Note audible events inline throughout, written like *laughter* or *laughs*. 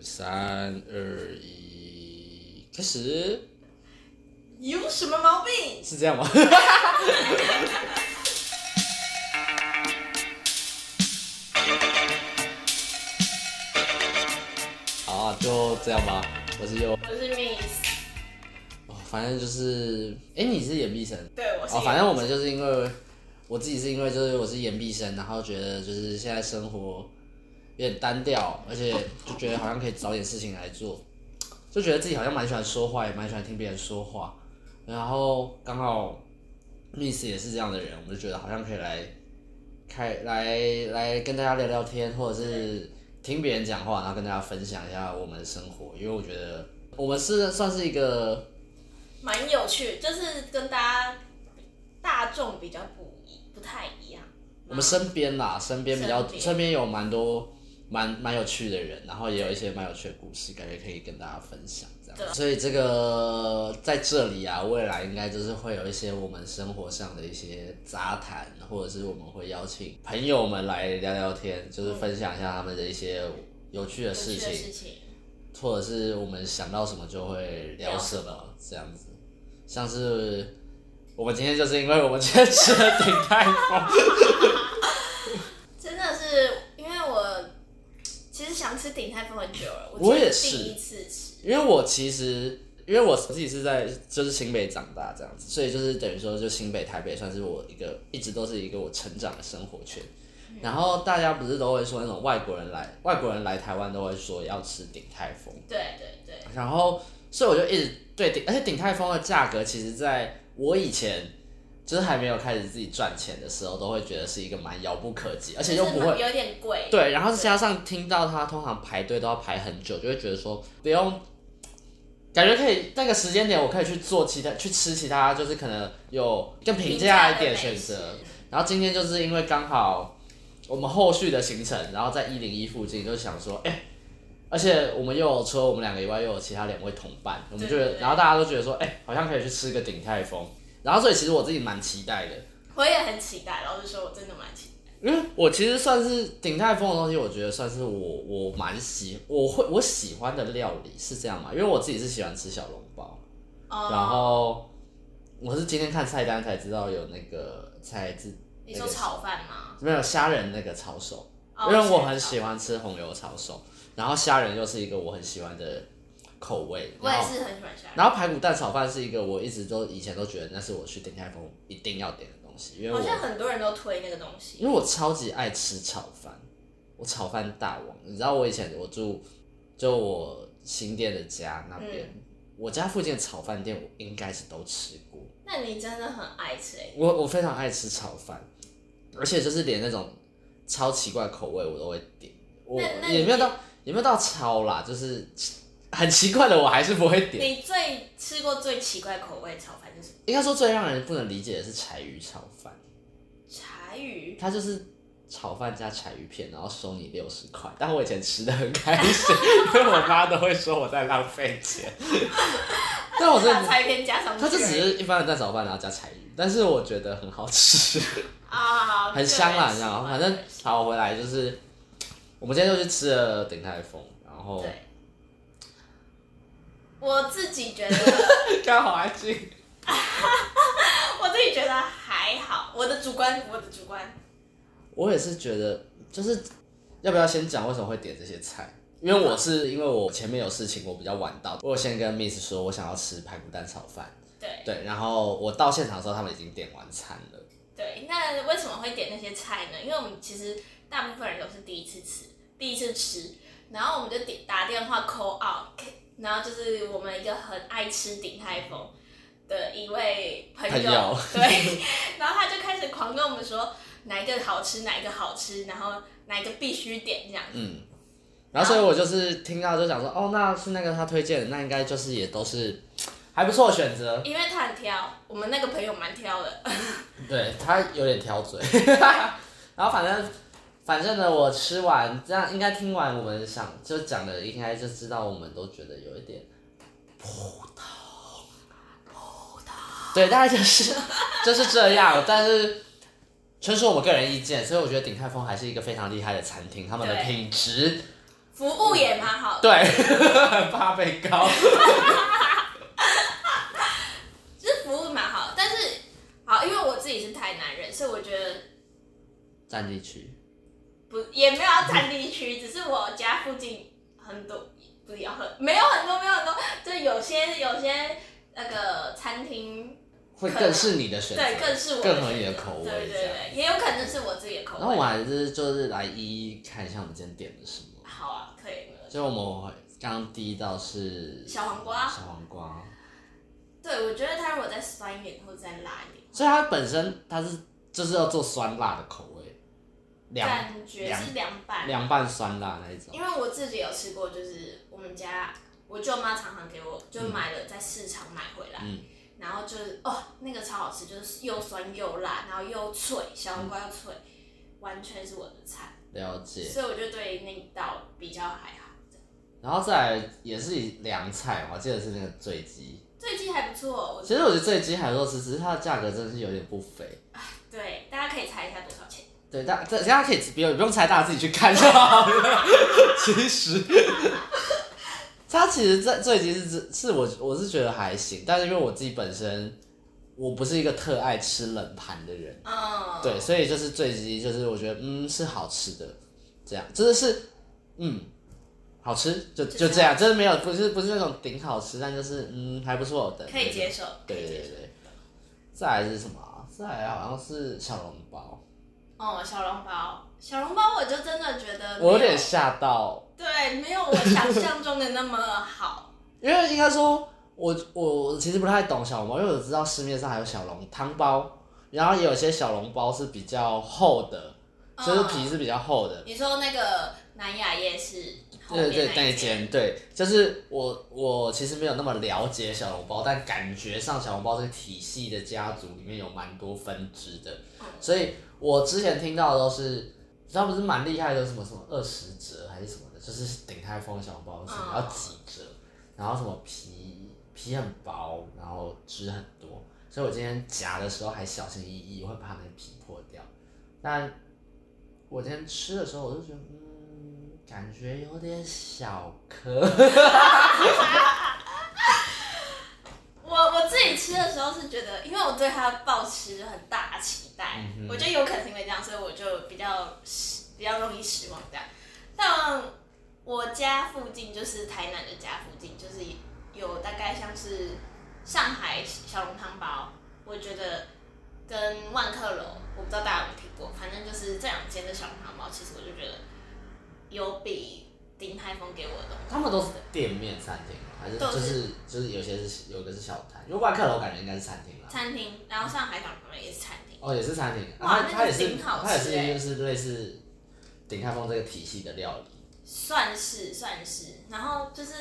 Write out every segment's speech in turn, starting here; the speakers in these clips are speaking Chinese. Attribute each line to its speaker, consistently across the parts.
Speaker 1: 三二一，开始，
Speaker 2: 有什么毛病？
Speaker 1: 是这样吗？ *laughs* 好啊，就这样吧。我是又，
Speaker 2: 我是 Miss，
Speaker 1: 哦反正就是，哎、你是岩壁生
Speaker 2: 对，我是
Speaker 1: 哦，
Speaker 2: 有。
Speaker 1: 反正我们就是因为我自己是因为就是我是岩壁生，然后觉得就是现在生活有点单调，而且就觉得好像可以找点事情来做，就觉得自己好像蛮喜欢说话，也蛮喜欢听别人说话。然后刚好 Miss 也是这样的人，我们就觉得好像可以来开来来跟大家聊聊天，或者是听别人讲话，然后跟大家分享一下我们的生活，因为我觉得我们是算是一个
Speaker 2: 蛮有趣，就是跟大家大众比较不一不太一样。
Speaker 1: 我们身边啦，身边比较
Speaker 2: 身边
Speaker 1: 身边有蛮多蛮蛮有趣的人，然后也有一些蛮有趣的故事，感觉可以跟大家分享这样。所以这个在这里啊，未来应该就是会有一些我们生活上的一些杂谈，或者是我们会邀请朋友们来聊聊天，就是分享一下他们的一些有趣的
Speaker 2: 嗯有
Speaker 1: 事
Speaker 2: 趣
Speaker 1: 情
Speaker 2: 的，事情，
Speaker 1: 或者是我们想到什么就会聊什么这样子，像是。我们今天就是因为我们今天吃了鼎泰丰，
Speaker 2: 真的是因为我其实想吃鼎泰丰很久了，
Speaker 1: 我
Speaker 2: 今天
Speaker 1: 也是
Speaker 2: 第一次吃，
Speaker 1: 因为我其实，因为我自己是在就是新北长大这样子，所以就是等于说，就新北、台北算是我一个一直都是一个我成长的生活圈。然后大家不是都会说那种外国人来外国人来台湾都会说要吃鼎泰丰，
Speaker 2: 对对对，
Speaker 1: 然后所以我就一直对鼎，而且鼎泰丰的价格其实在我以前就是还没有开始自己赚钱的时候，都会觉得是一个蛮遥不可及，而且又
Speaker 2: 就是
Speaker 1: 不会
Speaker 2: 蛮有点贵，
Speaker 1: 对，然后加上听到他通常排队都要排很久，就会觉得说不用，感觉可以那个时间点我可以去做其他去吃其他，就是可能有更平价一点的选择。然后今天就是因为刚好我们后续的行程，然后在一零一附近就想说，哎、而且我们又有除了我们两个以外，又有其他两位同伴，我们就觉
Speaker 2: 对
Speaker 1: 得，
Speaker 2: 对对
Speaker 1: 然后大家都觉得说，哎、好像可以去吃个鼎泰丰。然后所以其实我自己蛮期待的，
Speaker 2: 我也很期待。老实说，我真的蛮期待。
Speaker 1: 因为我其实算是鼎泰丰的东西，我觉得算是我我蛮喜我会我喜欢的料理是这样嘛？因为我自己是喜欢吃小笼包，然
Speaker 2: 哦，
Speaker 1: 后我是今天看菜单才知道有那个才知
Speaker 2: 你说炒饭吗？
Speaker 1: 没有虾仁那个抄手，
Speaker 2: 哦
Speaker 1: 因为我很喜欢吃红油抄手，然后虾仁又是一个我很喜欢的口味，
Speaker 2: 我
Speaker 1: 然
Speaker 2: 也
Speaker 1: 后
Speaker 2: 是很喜欢虾仁，
Speaker 1: 然后排骨蛋炒饭是一个我一直都以前都觉得那是我去鼎泰丰一定要点的东西，因为
Speaker 2: 好
Speaker 1: 我
Speaker 2: 像很多人都推那个东西。
Speaker 1: 因为我超级爱吃炒饭，我炒饭大王。你知道我以前我住就我新店的家那边，
Speaker 2: 嗯
Speaker 1: 我家附近的炒饭店我应该是都吃过。
Speaker 2: 那你真的很爱吃哎、
Speaker 1: 我我非常爱吃炒饭，而且就是连那种超奇怪的口味我都会点。我
Speaker 2: 那那你
Speaker 1: 也没有到也没有到超啦，就是很奇怪的我还是不会点。
Speaker 2: 你最吃过最奇怪口味炒饭就是什么
Speaker 1: 应该说最让人不能理解的是柴鱼炒饭，
Speaker 2: 柴鱼，
Speaker 1: 它就是炒饭加柴鱼片，然后收你六十块。但我以前吃的很开心， *laughs* 因为我妈都会说我在浪费钱。 *laughs* 但我真
Speaker 2: 把
Speaker 1: 的，
Speaker 2: 柴片加上去，
Speaker 1: 它就只是一般的蛋炒饭，然后加柴鱼，但是我觉得很好吃，
Speaker 2: 啊，
Speaker 1: 很香啦，你知道
Speaker 2: 道
Speaker 1: 吗？反正好，回来就是我们今天就去吃了鼎泰丰，然后
Speaker 2: 对。
Speaker 1: 哦
Speaker 2: 我自己觉得， *laughs*
Speaker 1: 刚好安静。
Speaker 2: 我自己觉得还好，我的主观，我的主观，
Speaker 1: 我也是觉得，就是要不要先讲为什么会点这些菜？因为我是因为我前面有事情，我比较晚到，我有先跟 Miss 说我想要吃排骨蛋炒饭，
Speaker 2: 对
Speaker 1: 对，然后我到现场的时候，他们已经点完餐了。
Speaker 2: 对。那为什么会点那些菜呢？因为我们其实大部分人都是第一次吃，第一次吃，然后我们就点打电话 call out，然后就是我们一个很爱吃鼎泰丰的一位朋
Speaker 1: 朋友
Speaker 2: 对， *laughs* 然后他就开始狂跟我们说哪一个好吃，哪一个好吃，然后哪一个必须点这样子。
Speaker 1: 嗯，然后所以我就是听到就想说，哦，那是那个他推荐的，那应该就是也都是还不错的选择。
Speaker 2: 因为他很挑，我们那个朋友蛮挑的。 *laughs*
Speaker 1: 对他有点挑嘴， *laughs* 然后反正反正呢，我吃完这样应该听完我们想就讲的，应该就知道我们都觉得有一点啊葡萄葡萄，啊对，大概就是 *laughs* 就是这样，但是。纯属我个人意见，所以我觉得鼎泰丰还是一个非常厉害的餐厅，他们的
Speaker 2: 对
Speaker 1: 品质
Speaker 2: 服务也蛮好的，
Speaker 1: 对，
Speaker 2: *laughs*
Speaker 1: 很怕被告。
Speaker 2: 就是服务蛮好的，但是好，因为我自己是台南人，所以我觉得
Speaker 1: 占地区，
Speaker 2: 不也没有要占地区，只是我家附近很多，不是要很没有很多没有很多，就是有些有些那个餐厅，
Speaker 1: 会更是你的选择，
Speaker 2: 对，更是我
Speaker 1: 更合
Speaker 2: 选择
Speaker 1: 你的口味
Speaker 2: 对对
Speaker 1: 这样
Speaker 2: 对，也有可能是我自己的口味。
Speaker 1: 然后我还是就是来一一看一下我们今天点的什么。
Speaker 2: 好啊，可以没有
Speaker 1: 所以我们会刚刚第一道是
Speaker 2: 小黄瓜
Speaker 1: 小黄瓜，
Speaker 2: 对，我觉得它如果再酸一点或者再辣一点，
Speaker 1: 所以它本身它是就是要做酸辣的口味，凉
Speaker 2: 感觉是凉拌。
Speaker 1: 凉拌酸辣那一种
Speaker 2: 因。为我自己有吃过，就是我们家我舅妈常常给我就买了在市场买回来，
Speaker 1: 嗯
Speaker 2: 然后就是哦那个超好吃，就是又酸又辣，然后又脆，
Speaker 1: 嗯
Speaker 2: 小黄瓜又脆，完全是我的菜，
Speaker 1: 了解。
Speaker 2: 所以我就对那一道比较还好。
Speaker 1: 然后再来也是以凉菜，我记得是那个醉鸡。
Speaker 2: 最近还不错，我
Speaker 1: 其实我觉得醉鸡还不错吃，只是它的价格真的是有点不菲。
Speaker 2: 对大家可以猜一下多少钱？
Speaker 1: 对，大这大家可以不用不用猜，大家自己去看就好了。 *laughs* 其实，它其实这最其实是是我我是觉得还行，但是因为我自己本身我不是一个特爱吃冷盘的人，
Speaker 2: 嗯，
Speaker 1: 对，所以就是最鸡就是我觉得嗯是好吃的，这样真的是嗯好吃就
Speaker 2: 就
Speaker 1: 就
Speaker 2: 这
Speaker 1: 这
Speaker 2: 样
Speaker 1: 样，真的没有不是不是那种顶好吃，但就是嗯还不错的，
Speaker 2: 可以接受，可
Speaker 1: 对
Speaker 2: 以
Speaker 1: 对
Speaker 2: 接
Speaker 1: 对
Speaker 2: 受。
Speaker 1: 对，再来是什么啊、再来好像是小笼包，
Speaker 2: 哦、小笼包，小笼包我就真的觉得
Speaker 1: 我有
Speaker 2: 没
Speaker 1: 点吓到。
Speaker 2: 对，没有我想象中的那么好。
Speaker 1: 因为应该说，我我我其实不太懂小笼包，因为我知道市面上还有小笼汤包，然后也有一些小笼包是比较厚的，就是皮是比较厚的。
Speaker 2: 你说那个南雅夜市后
Speaker 1: 对
Speaker 2: 哦面
Speaker 1: 对对，
Speaker 2: 那
Speaker 1: 那
Speaker 2: 一
Speaker 1: 一间对，就是我我其实没有那么了解小笼包，但感觉上小笼包这个体系的家族里面有蛮多分支的，
Speaker 2: 哦
Speaker 1: 所以我之前听到的都是，他们是蛮厉害的，什么什么二十折还是什么的，就是鼎泰丰小笼包什么要几折，然后什么皮皮很薄，然后汁很多，所以我今天夹的时候还小心翼翼，我会怕那个皮破掉，但我今天吃的时候，我就觉得，嗯，感觉有点小颗。
Speaker 2: 我我自己吃的时候是觉得，因为我对它抱持很大的期待，
Speaker 1: 嗯哼
Speaker 2: 我觉得有可能是因为这样，所以我就比较失比较容易失望这样。但我家附近就是台南的家附近，就是有大概像是上海小笼汤包，我觉得跟万客楼，我不知道大家有没有听过，反正就是这两间的小笼汤包，其实我就觉得有比鼎泰丰给我的东西
Speaker 1: 他们都是店面餐厅吗，还是
Speaker 2: 都
Speaker 1: 就是是就是有些是有的是小摊，因为万客楼感觉应该是餐厅啦。
Speaker 2: 餐厅，然后上海小笼汤包也是餐厅。
Speaker 1: 哦，也是餐厅，
Speaker 2: 哇
Speaker 1: 啊它
Speaker 2: 那个
Speaker 1: 它也是
Speaker 2: 顶好
Speaker 1: 它也
Speaker 2: 吃欸
Speaker 1: 是就是类似鼎泰丰这个体系的料理。
Speaker 2: 算是算是，然后就是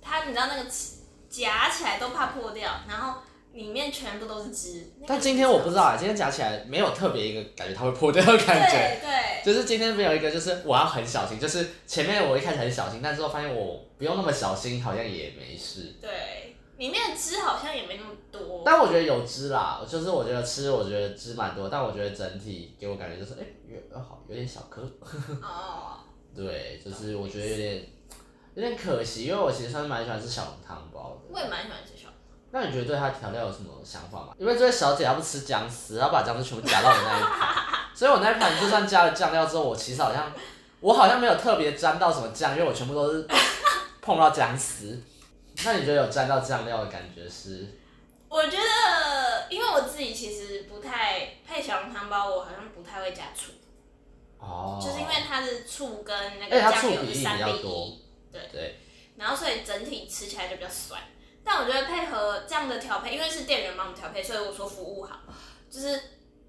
Speaker 2: 它，你知道那个起夹起来都怕破掉，然后里面全部都是汁。那个
Speaker 1: 但今天我不知道啊，今天夹起来没有特别一个感觉它会破掉的感觉。
Speaker 2: 对对，
Speaker 1: 就是今天没有一个，就是我要很小心，就是前面我一开始很小心，但之后发现我不用那么小心，好像也没事。
Speaker 2: 对，里面的汁好像也没那么多。
Speaker 1: 但我觉得有汁啦，就是我觉得吃，我觉得汁蛮多，但我觉得整体给我感觉就是，哎、有好有点小颗，
Speaker 2: 哦，
Speaker 1: 对，就是我觉得有点有点可惜，因为我其实算是蛮喜欢吃小笼汤包的。
Speaker 2: 我也蛮喜欢吃小笼
Speaker 1: 那你觉得对它调料有什么想法吗？因为这位小姐她不吃姜丝，她把姜丝全部夹到我那一盘，所以我那一盘就算加了酱料之后，我其实好像我好像没有特别沾到什么酱，因为我全部都是碰到姜丝。那你觉得有沾到酱料的感觉是？
Speaker 2: 我觉得，因为我自己其实不太配小笼汤包，我好像不太会加醋，
Speaker 1: 哦，
Speaker 2: 就是因为它是醋跟那
Speaker 1: 而且
Speaker 2: 个
Speaker 1: 它醋
Speaker 2: 酱油
Speaker 1: 比例
Speaker 2: 是
Speaker 1: 比
Speaker 2: 三
Speaker 1: 较
Speaker 2: 比
Speaker 1: 多
Speaker 2: 一，对
Speaker 1: 对，
Speaker 2: 然后所以整体吃起来就比较酸。但我觉得配合这样的调配，因为是店员帮我们调配，所以我说服务好，就是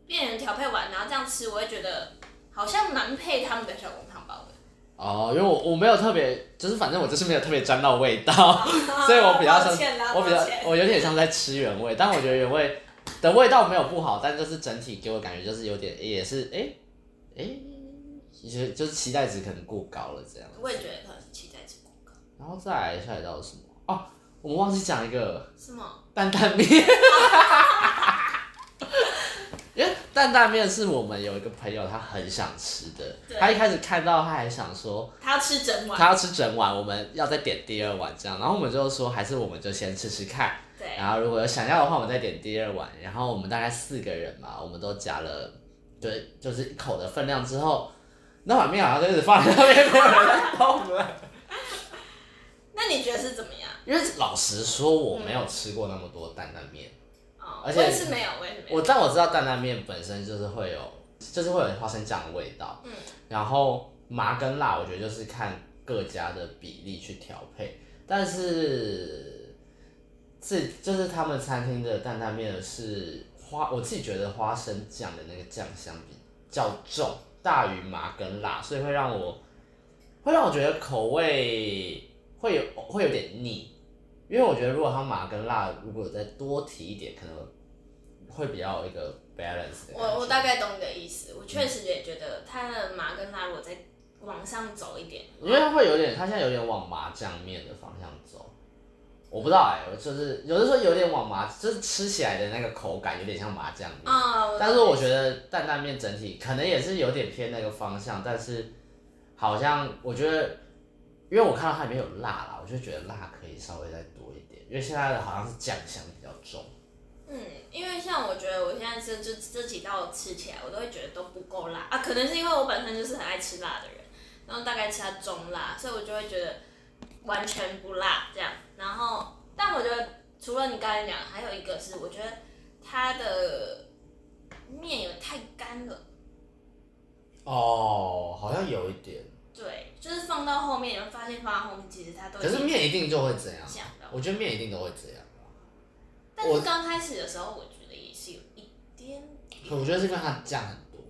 Speaker 2: 店员调配完，然后这样吃，我会觉得好像蛮配他们的小笼汤包的。
Speaker 1: 哦，因为我我没有特别，就是反正我就是没有特别沾到味道，
Speaker 2: *laughs*
Speaker 1: 所以我比较像
Speaker 2: 抱歉啦，
Speaker 1: 我比较
Speaker 2: 抱歉
Speaker 1: 我有点像在吃原味，但我觉得原味的味道没有不好，但就是整体给我感觉就是有点也是哎哎，诶其实就是期待值可能过高了这样。
Speaker 2: 我也觉得可能是期待值过高。
Speaker 1: 然后再来下一道是什么？哦，我们忘记讲一个
Speaker 2: 什么？
Speaker 1: 担担面，因为担担面是我们有一个朋友他很想吃的，
Speaker 2: 对
Speaker 1: 他一开始看到他还想说
Speaker 2: 他要吃整碗，
Speaker 1: 他要吃整碗，我们要再点第二碗这样，然后我们就说还是我们就先吃吃看，
Speaker 2: 对，
Speaker 1: 然后如果有想要的话，我们再点第二碗。然后我们大概四个人嘛，我们都夹了，对，就是一口的分量之后，那碗面好像就一直放在那边，没有人在动了。
Speaker 2: 那你觉得是怎么样？
Speaker 1: *laughs* 因为老实说，我没有吃过那么多担担面，
Speaker 2: 哦，
Speaker 1: 而且
Speaker 2: 我也是没有，我也是没有。
Speaker 1: 我但我知道担担面本身就是会有，就是会有花生酱的味道。
Speaker 2: 嗯，
Speaker 1: 然后麻跟辣，我觉得就是看各家的比例去调配，但是这就是他们餐厅的担担面是花，我自己觉得花生酱的那个酱香比较重，大于麻跟辣，所以会让我会让我觉得口味会有会有点腻。因为我觉得，如果它麻跟辣如果再多提一点，可能会比较有一个 balance 的感觉。
Speaker 2: 我我大概懂你的意思，我确实也觉得它的麻跟辣如果再往上走一点，
Speaker 1: 因为它会有点，它现在有点往麻酱面的方向走。我不知道哎、我就是有的时候有点往麻，就是吃起来的那个口感有点像麻酱面。
Speaker 2: 啊、
Speaker 1: 嗯但是我觉得担担面整体可能也是有点偏那个方向，但是好像我觉得，因为我看到它里面有辣啦，我就觉得辣可以稍微再多一点，因为现在的好像是酱香比较重。
Speaker 2: 嗯，因为像我觉得我现在这这这几道吃起来，我都会觉得都不够辣啊，可能是因为我本身就是很爱吃辣的人，然后大概吃到中辣，所以我就会觉得完全不辣这样。然后，但我觉得除了你刚才讲，还有一个是我觉得它的面有点太干了，
Speaker 1: 哦，好像有一点，
Speaker 2: 对，就是放到后面，你会发现放到后面其实它都已
Speaker 1: 可是
Speaker 2: 经
Speaker 1: 面一定就会这样
Speaker 2: 酱了。
Speaker 1: 我觉得面一定都会这样。
Speaker 2: 但
Speaker 1: 我
Speaker 2: 是刚开始的时候，我觉得也是有一点
Speaker 1: 可我觉得是因为它酱很多，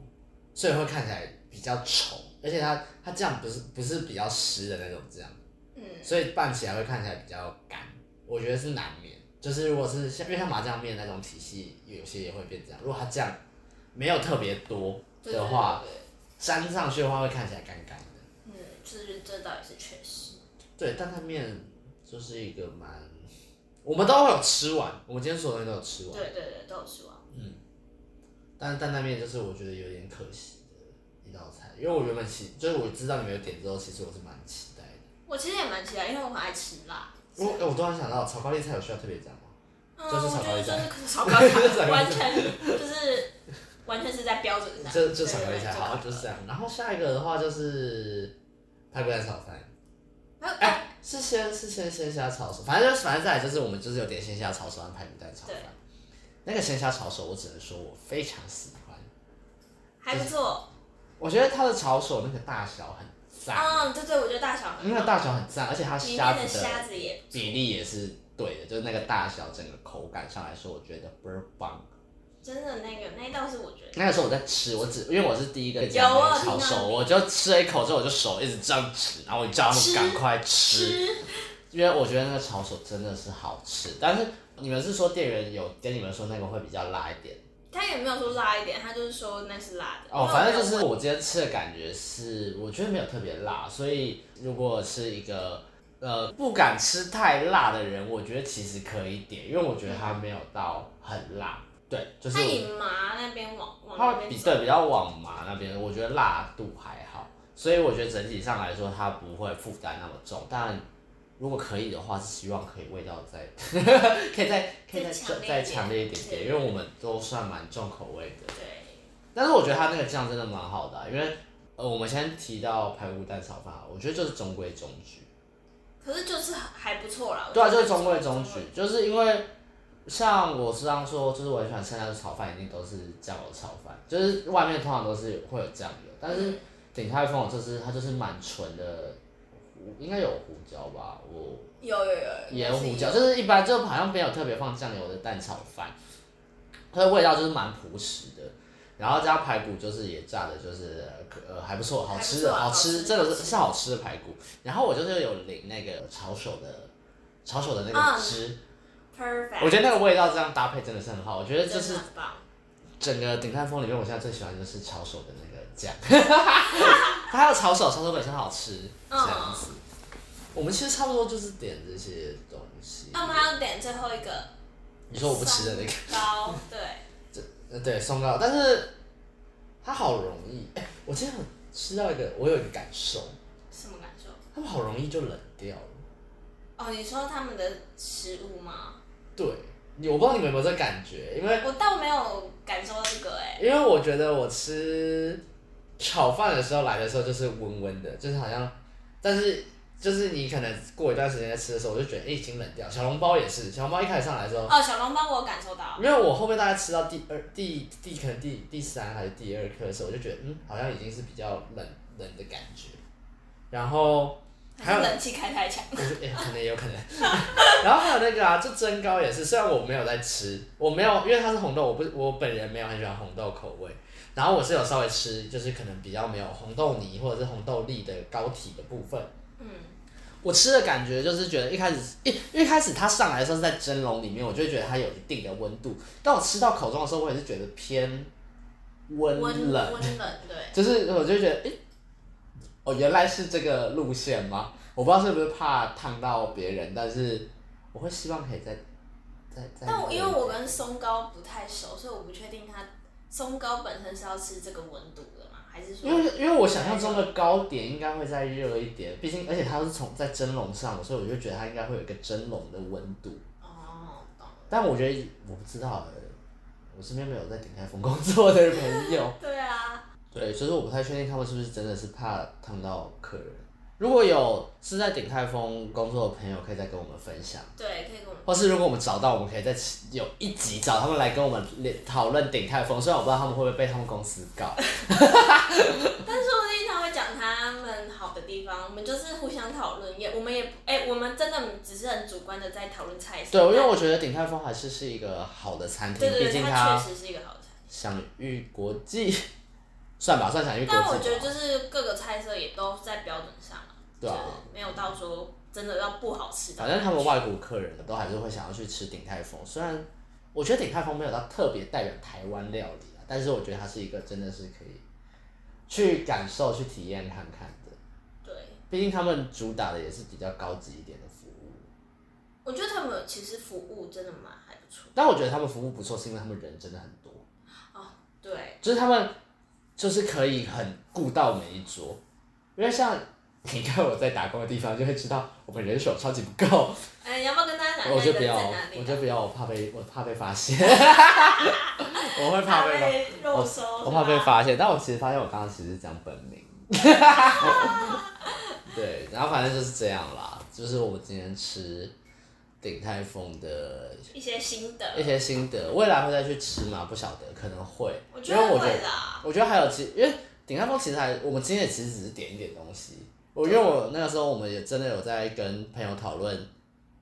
Speaker 1: 所以会看起来比较稠，而且它它酱不是不是比较湿的那种酱，
Speaker 2: 嗯。
Speaker 1: 所以拌起来会看起来比较干。我觉得是难免，就是如果是像因为像麻酱面那种体系，有些也会变这样。如果它酱没有特别多
Speaker 2: 对
Speaker 1: 的话，
Speaker 2: 对对对
Speaker 1: 沾上去的话会看起来干干的。
Speaker 2: 嗯，就是这倒也是确实。
Speaker 1: 对，担担面就是一个蛮，我们都会有吃完，我们今天所有东西都有吃完，
Speaker 2: 对对对，都有失望。
Speaker 1: 但是担担面就是我觉得有点可惜的一道菜，因为我原本期就是我知道你们有点之后，其实我是蛮期待的。
Speaker 2: 我其实也蛮期待，因为我很爱吃辣。
Speaker 1: 我哎我突然想到，炒高丽菜有需要特别讲吗？
Speaker 2: 嗯，
Speaker 1: 就是
Speaker 2: 我
Speaker 1: 炒高
Speaker 2: 觉得
Speaker 1: 丽菜
Speaker 2: 就是
Speaker 1: *laughs*
Speaker 2: 炒高丽
Speaker 1: 就是炒高丽菜
Speaker 2: 菜，完全就是完全是在标准上。
Speaker 1: 这这炒高丽
Speaker 2: 对
Speaker 1: 菜好，就是这。样。然后下一个的话就是排骨蛋炒饭，
Speaker 2: 对对
Speaker 1: 哎、
Speaker 2: 哎，
Speaker 1: 是先是先鲜虾炒手，反正就是反正再来就是我们就是有点鲜虾炒手和排骨蛋炒饭
Speaker 2: 对。
Speaker 1: 那个鲜虾炒手，我只能说我非常喜欢，
Speaker 2: 还不错。
Speaker 1: 我觉得它的炒手那个大小很赞，
Speaker 2: 嗯，对对，我觉得大小很
Speaker 1: 那个
Speaker 2: 好。
Speaker 1: 大小很赞，而且它
Speaker 2: 里
Speaker 1: 虾
Speaker 2: 面
Speaker 1: 子
Speaker 2: 的
Speaker 1: 的
Speaker 2: 虾子也
Speaker 1: 比例也是对的，就是那个大小，整个口感上来说，我觉得倍儿棒。
Speaker 2: 真的那个那一道是我觉得
Speaker 1: 那个时候我在吃，我只因为我是第一个
Speaker 2: 有
Speaker 1: 讲
Speaker 2: 我有
Speaker 1: 炒
Speaker 2: 听到
Speaker 1: 手，
Speaker 2: 你
Speaker 1: 我就吃了一口之后，我就手一直这样吃，然后我叫他们
Speaker 2: 吃
Speaker 1: 赶快吃，
Speaker 2: 吃
Speaker 1: 因为我觉得那个炒手真的是好吃。但是你们是说店员有跟你们说那个会比较辣一点
Speaker 2: 它也没有说辣一点，它就是说那是辣的。
Speaker 1: 哦，
Speaker 2: 因为我
Speaker 1: 反
Speaker 2: 没
Speaker 1: 正
Speaker 2: 有
Speaker 1: 就是我今天吃的感觉是，我觉得没有特别辣，所以如果是一个呃不敢吃太辣的人，我觉得其实可以点，因为我觉得它没有到很辣。对，就是
Speaker 2: 它
Speaker 1: 我
Speaker 2: 以麻那边往往
Speaker 1: 它
Speaker 2: 那边
Speaker 1: 比
Speaker 2: 走。
Speaker 1: 对比较往麻那边，我觉得辣度还好，所以我觉得整体上来说它不会负担那么重。但如果可以的话，是希望可以味道再 *laughs* 可以再可以再
Speaker 2: 再强烈一点
Speaker 1: 再强烈一点点，
Speaker 2: 对
Speaker 1: 因为我们都算蛮重口味的。
Speaker 2: 对。
Speaker 1: 但是我觉得它那个酱真的蛮好的啊、因为呃，我们先提到排骨蛋炒饭啊，我觉得就是中规中矩。
Speaker 2: 可是就是还不错啦。我
Speaker 1: 对啊，
Speaker 2: 觉
Speaker 1: 就
Speaker 2: 得
Speaker 1: 是中规中矩，就是因为像我时常说，就是我很喜欢吃那的炒饭，一定都是酱油炒饭，就是外面通常都是会有酱油，但是鼎泰丰就是它就是蛮纯的胡，应该有胡椒吧，我
Speaker 2: 有有有有
Speaker 1: 盐
Speaker 2: 有是
Speaker 1: 胡
Speaker 2: 有
Speaker 1: 椒，就是一般就好像没有特别放酱油的蛋炒饭，它的味道就是蛮朴实的。然后加排骨就是也炸的，就是呃还不错，好吃的，
Speaker 2: 还
Speaker 1: 好
Speaker 2: 不错
Speaker 1: 吃，
Speaker 2: 啊好吃
Speaker 1: 真的是是好吃的排骨。然后我就是有淋那个炒手的炒手的那
Speaker 2: 嗯
Speaker 1: 个汁，
Speaker 2: perfect。
Speaker 1: 我觉得那个味道这样搭配真的是很好。我觉得就
Speaker 2: 真的
Speaker 1: 是
Speaker 2: 很棒。
Speaker 1: 整个鼎泰丰里面，我现在最喜欢的就是炒手的那个酱， *laughs* 还有炒手，炒手本身好吃，这样
Speaker 2: 嗯
Speaker 1: 子。我们其实差不多就是点这些东西。
Speaker 2: 那我们还要点最后一个
Speaker 1: 你说我不吃的那个，
Speaker 2: 高，对，
Speaker 1: 呃对松糕，但是它好容易。哎、我今天有吃到一个，我有一个感受，
Speaker 2: 什么感受？
Speaker 1: 他们好容易就冷掉了。
Speaker 2: 哦，你说他们的食物吗？
Speaker 1: 对，你我不知道你们有没有这感觉，因为
Speaker 2: 我倒没有感受到这个哎、
Speaker 1: 因为我觉得我吃炒饭的时候来的时候就是温温的，就是好像，但是就是你可能过一段时间再吃的时候，我就觉得、哎已经冷掉。小笼包也是，小笼包一开始上来的时候，
Speaker 2: 哦，小笼包我有感受到，
Speaker 1: 因为我后面大概吃到第二、第第可能第第三还是第二颗的时候，我就觉得嗯，好像已经是比较冷冷的感觉。然后还
Speaker 2: 还
Speaker 1: 有
Speaker 2: 是冷气开太强。
Speaker 1: *laughs* 我就哎、可能也有可能。 *laughs* 然后还有那个啊，就蒸糕也是，虽然我没有在吃，我没有，因为它是红豆，我不我本人没有很喜欢红豆口味。然后我是有稍微吃，就是可能比较没有红豆泥或者是红豆粒的膏体的部分。
Speaker 2: 嗯，
Speaker 1: 我吃的感觉就是觉得一开始一一开始它上来的时候是在蒸笼里面，我就会觉得它有一定的温度。但我吃到口中的时候，我也是觉得偏温
Speaker 2: 温
Speaker 1: 冷，
Speaker 2: 温冷，对。
Speaker 1: 就是我就觉得，诶，哦，原来是这个路线吗？我不知道是不是怕烫到别人，但是我会希望可以再再再。
Speaker 2: 但我因为我跟松糕不太熟，所以我不确定它松糕本身是要吃这个温度的吗？还是说
Speaker 1: 因为因为我想象中的糕点应该会再热一点，毕竟而且它是从在蒸笼上的，所以我就觉得它应该会有一个蒸笼的温度。
Speaker 2: 哦，懂了。
Speaker 1: 但我觉得我不知道，呃我身边没有在鼎泰丰工作的朋友，
Speaker 2: *laughs* 对啊，
Speaker 1: 对，所以说我不太确定他们是不是真的是怕烫到客人。如果有是在鼎泰丰工作的朋友，可以再跟我们分享，
Speaker 2: 对，可以跟我们
Speaker 1: 或是如果我们找到，我们可以再请有一集找他们来跟我们讨论鼎泰丰。虽然我不知道他们会不会被他们公司
Speaker 2: *laughs*
Speaker 1: 告，
Speaker 2: 但说不定他会讲他们好的地方，我们就是互相讨论，也我们也哎、我们真的只是很主观的在讨论菜色。
Speaker 1: 对，因为我觉得鼎泰丰还是是一个好的餐厅
Speaker 2: 对，对
Speaker 1: 毕
Speaker 2: 对，
Speaker 1: 竟
Speaker 2: 它
Speaker 1: 它
Speaker 2: 确实是一个好菜。
Speaker 1: 享誉国际，算吧，算享誉国际
Speaker 2: 但
Speaker 1: 吧。
Speaker 2: 我觉得就是各个菜色也都在标准上啊，
Speaker 1: 对啊
Speaker 2: 就是没有到说真的要不好吃的。
Speaker 1: 反正他们外国客人都还是会想要去吃鼎泰丰，虽然我觉得鼎泰丰没有到特别代表台湾料理啊，但是我觉得它是一个真的是可以去感受、去体验看看的。
Speaker 2: 对，
Speaker 1: 毕竟他们主打的也是比较高级一点的服务，
Speaker 2: 我觉得他们其实服务真的蛮还不错。
Speaker 1: 但我觉得他们服务不错，是因为他们人真的很多，
Speaker 2: 哦，对，
Speaker 1: 就是他们就是可以很顾到每一桌，因为像。你看我在打工的地方，就会知道我们人手超级不够，
Speaker 2: 哎，你要不要跟大家讲
Speaker 1: 我
Speaker 2: 一下
Speaker 1: 就
Speaker 2: 你
Speaker 1: 不
Speaker 2: 的
Speaker 1: 要
Speaker 2: 在哪，里？啊
Speaker 1: 我就不要，我怕被我 *laughs* 怕被发
Speaker 2: *laughs*
Speaker 1: 现，我会怕
Speaker 2: 怕
Speaker 1: 被发
Speaker 2: 被肉收，
Speaker 1: 我怕被
Speaker 2: 是吧。
Speaker 1: 发现，但我其实发现我刚刚其实是讲本名。 *laughs* 对，然后反正就是这样啦，就是我今天吃鼎泰丰的
Speaker 2: 一些心得，
Speaker 1: 一些心得，未来会再去吃吗？不晓得，可能会，
Speaker 2: 我觉
Speaker 1: 因为我觉
Speaker 2: 得会
Speaker 1: 得，
Speaker 2: 啦。
Speaker 1: 我觉得还有其，因为鼎泰丰其实还，我们今天也其实只是点一点东西。我因为我那个时候我们也真的有在跟朋友讨论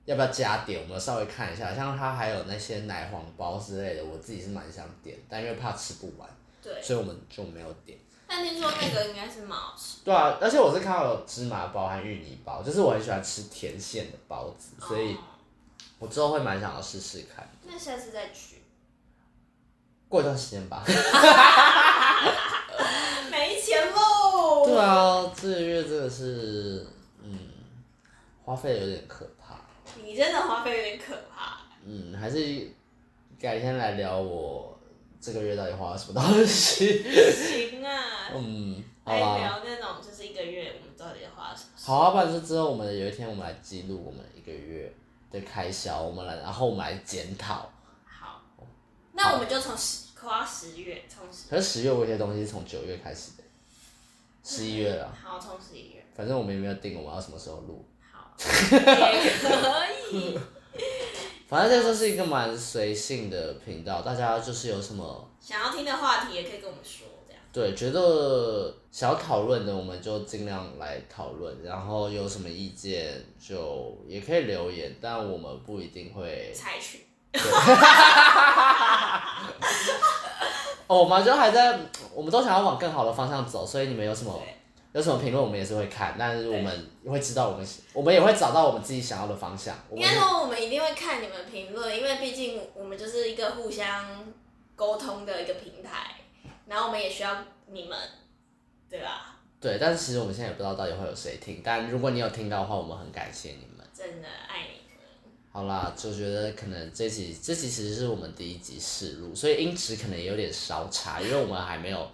Speaker 1: 要不要加点，我们稍微看一下，像它还有那些奶黄包之类的，我自己是蛮想点，但因为怕吃不完。
Speaker 2: 对，
Speaker 1: 所以我们就没有点。
Speaker 2: 但听说那个应该是蛮好吃。
Speaker 1: 对啊，而且我是看到有芝麻包和芋泥包，就是我很喜欢吃甜馅的包子，所以
Speaker 2: 哦
Speaker 1: 我之后会蛮想要试试看。
Speaker 2: 那下次再去，
Speaker 1: 过一段时间吧。
Speaker 2: 没钱喽。
Speaker 1: 对啊，这个月真的是，嗯，花费有点可怕。
Speaker 2: 你真的花费有点可怕。
Speaker 1: 嗯，还是改天来聊我这个月到底花了什么东西。
Speaker 2: *laughs*
Speaker 1: *laughs*
Speaker 2: 行啊，
Speaker 1: 嗯，好
Speaker 2: 来
Speaker 1: 吧。
Speaker 2: 聊那种就是一个月我们到底花了什么钱。
Speaker 1: 好啊，不然就之后我们有一天我们来记录我们一个月的开销，我们来，然后我们来检讨。
Speaker 2: 好，那我们就从十花十月，从十
Speaker 1: 可是十月我有些东西是从九月开始的，十一月了，
Speaker 2: 嗯好从十一月，
Speaker 1: 反正我们也没有定我们要什么时候录，
Speaker 2: *laughs* 好也可以。
Speaker 1: 反正这就是一个蛮随性的频道，大家就是有什么
Speaker 2: 想要听的话题也可以跟我们说，这样。
Speaker 1: 对觉得想要讨论的，我们就尽量来讨论，然后有什么意见就也可以留言，但我们不一定会
Speaker 2: 采取
Speaker 1: 哦，我们就还在，我们都想要往更好的方向走，所以你们有什么
Speaker 2: 对
Speaker 1: 有什么评论，我们也是会看，但是我们会知道我们我们也会找到我们自己想要的方向，我
Speaker 2: 应
Speaker 1: 们
Speaker 2: 该说我们一定会看你们评论，因为毕竟我们就是一个互相沟通的一个平台，然后我们也需要你们，对吧？
Speaker 1: 对，但是其实我们现在也不知道到底会有谁听，但如果你有听到的话，我们很感谢你们。
Speaker 2: 真的爱你们，
Speaker 1: 好啦，就觉得可能这集这集其实是我们第一集试录，所以音质可能也有点稍差，因为我们还没有，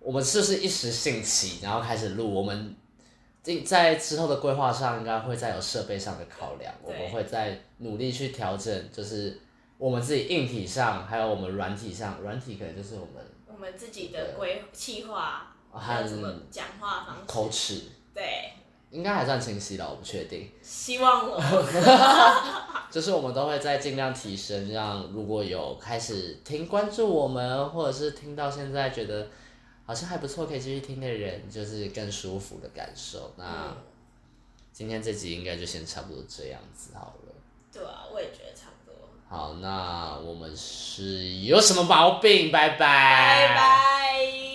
Speaker 1: 我们就是一时兴起，然后开始录。我们这在之后的规划上，应该会再有设备上的考量，我
Speaker 2: 对
Speaker 1: 们会再努力去调整，就是我们自己硬体上，还有我们软体上，软体可能就是我们
Speaker 2: 我们自己的规计划，
Speaker 1: 啊
Speaker 2: 还有什
Speaker 1: 和
Speaker 2: 么讲话方式，
Speaker 1: 口齿，
Speaker 2: 对，
Speaker 1: 应该还算清晰了，我不确定。
Speaker 2: 希
Speaker 1: *laughs*
Speaker 2: 望我
Speaker 1: 啊就是我们都会在尽量提升，让如果有开始听关注我们，或者是听到现在觉得好像还不错，可以继续听的人，就是更舒服的感受。
Speaker 2: 嗯
Speaker 1: 那今天这集应该就先差不多这样子好了。
Speaker 2: 对啊，我也觉得差不多，
Speaker 1: 好，那我们是有什么毛病？拜拜。
Speaker 2: 拜拜。